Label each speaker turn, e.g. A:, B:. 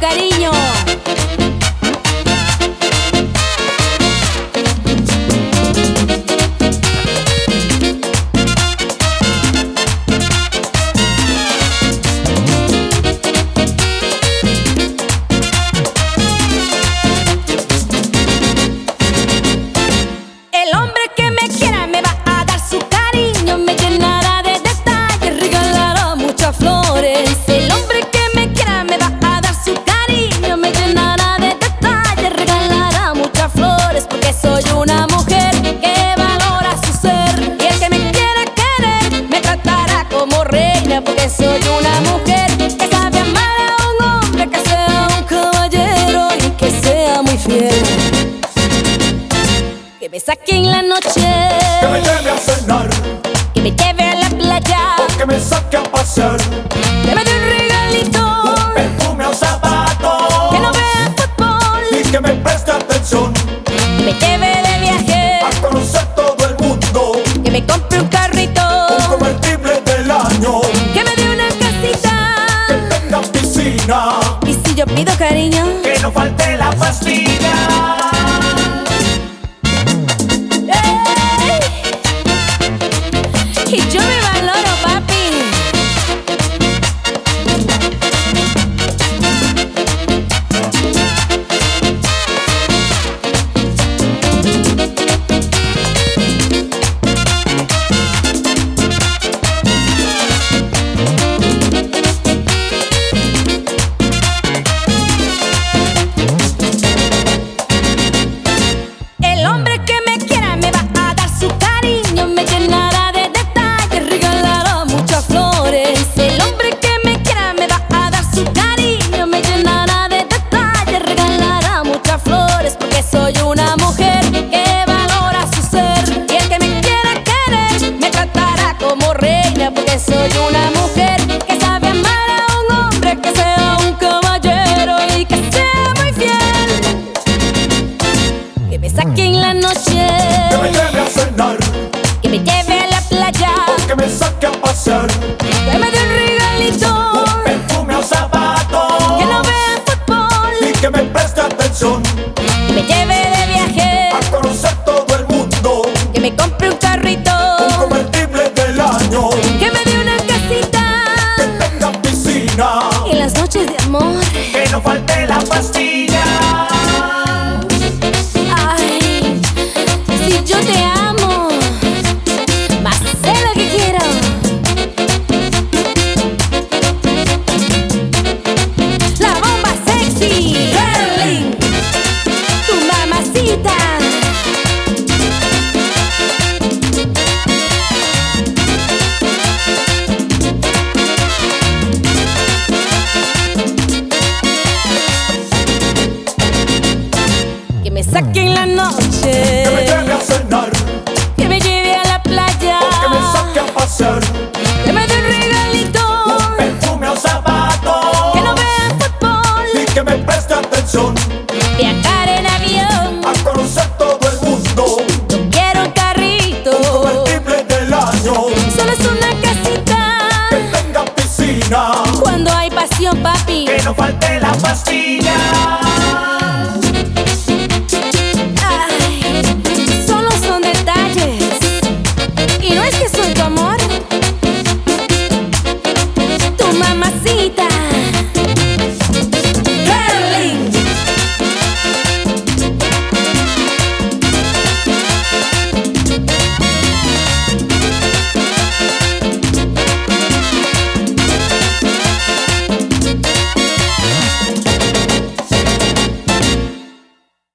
A: cariño. El hombre que me quiera me va a dar su cariño, me llenará de detalles, regalará muchas flores. El hombre que me quiera me va a dar su cariño, me llenará de detalles, regalará muchas flores, porque soy una mujer que valora su ser. Y el que me quiera querer me tratará como reina, porque soy una mujer que sabe amar a un hombre, que sea un caballero y que sea muy fiel. Que me saque en la
B: Que me
A: noche,
B: lleve a cenar,
A: que me lleve a la playa,
B: que me saque a pasear,
A: que me dé un
B: un
A: regalito,
B: perfume o zapato.
A: que no vea
B: Y
A: fútbol,
B: que me preste atención
A: que me lleve de viaje,
B: a conocer todo el mundo.
A: que me compre un carrito,
B: Un convertible del año,
A: que me dé una
B: que
A: casita.
B: tenga piscina,
A: Y si yo pido cariño,
B: que no falte la pastilla.
A: ¡ey! ¡eh! y yo me valoro, papi. El hombre que me quiera me va a dar su cariño, me llenará de detalles, regalará muchas flores. El hombre que me quiera me va a dar su cariño, me llenará de detalles, regalará muchas flores, porque soy una mujer que valora su ser. Y el que me quiera querer me tratará como reina, porque soy una mujer que sabe amar a un hombre, que sea un caballero y que sea muy fiel. Que me saque en la
B: Que me
A: noche,
B: lleve a cenar,
A: que me lleve a la playa,
B: que me saque a pasear,
A: que me dé un regalito,
B: un perfume o zapato.
A: que no vea
B: Y
A: fútbol,
B: que me preste atención
A: que me lleve de viaje,
B: a conocer todo el mundo.
A: que me compre un carrito,
B: Un convertible del año,
A: que me dé una
B: que
A: casita.
B: tenga piscina,
A: En las noches de amor,
B: que no falte la pastilla.
A: ay, si yo te amo, más sé lo que quiero. La bomba sexy, Berlin, tu mamacita. Que me saquen la
B: Que me
A: noche,
B: lleve a cenar,
A: que me lleve a la playa,
B: que me
A: Ah.
B: saque a pasear.
A: que me dé un
B: Un
A: regalito,
B: perfume o zapato.
A: que no vea fútbol.
B: Y que me preste atención
A: Viajar en avión,
B: a conocer todo el mundo.
A: quiero un carrito,
B: Convertible del año,
A: solo es una
B: que
A: casita.
B: tenga piscina,
A: Cuando hay pasión, papi,
B: que no falte la pastilla.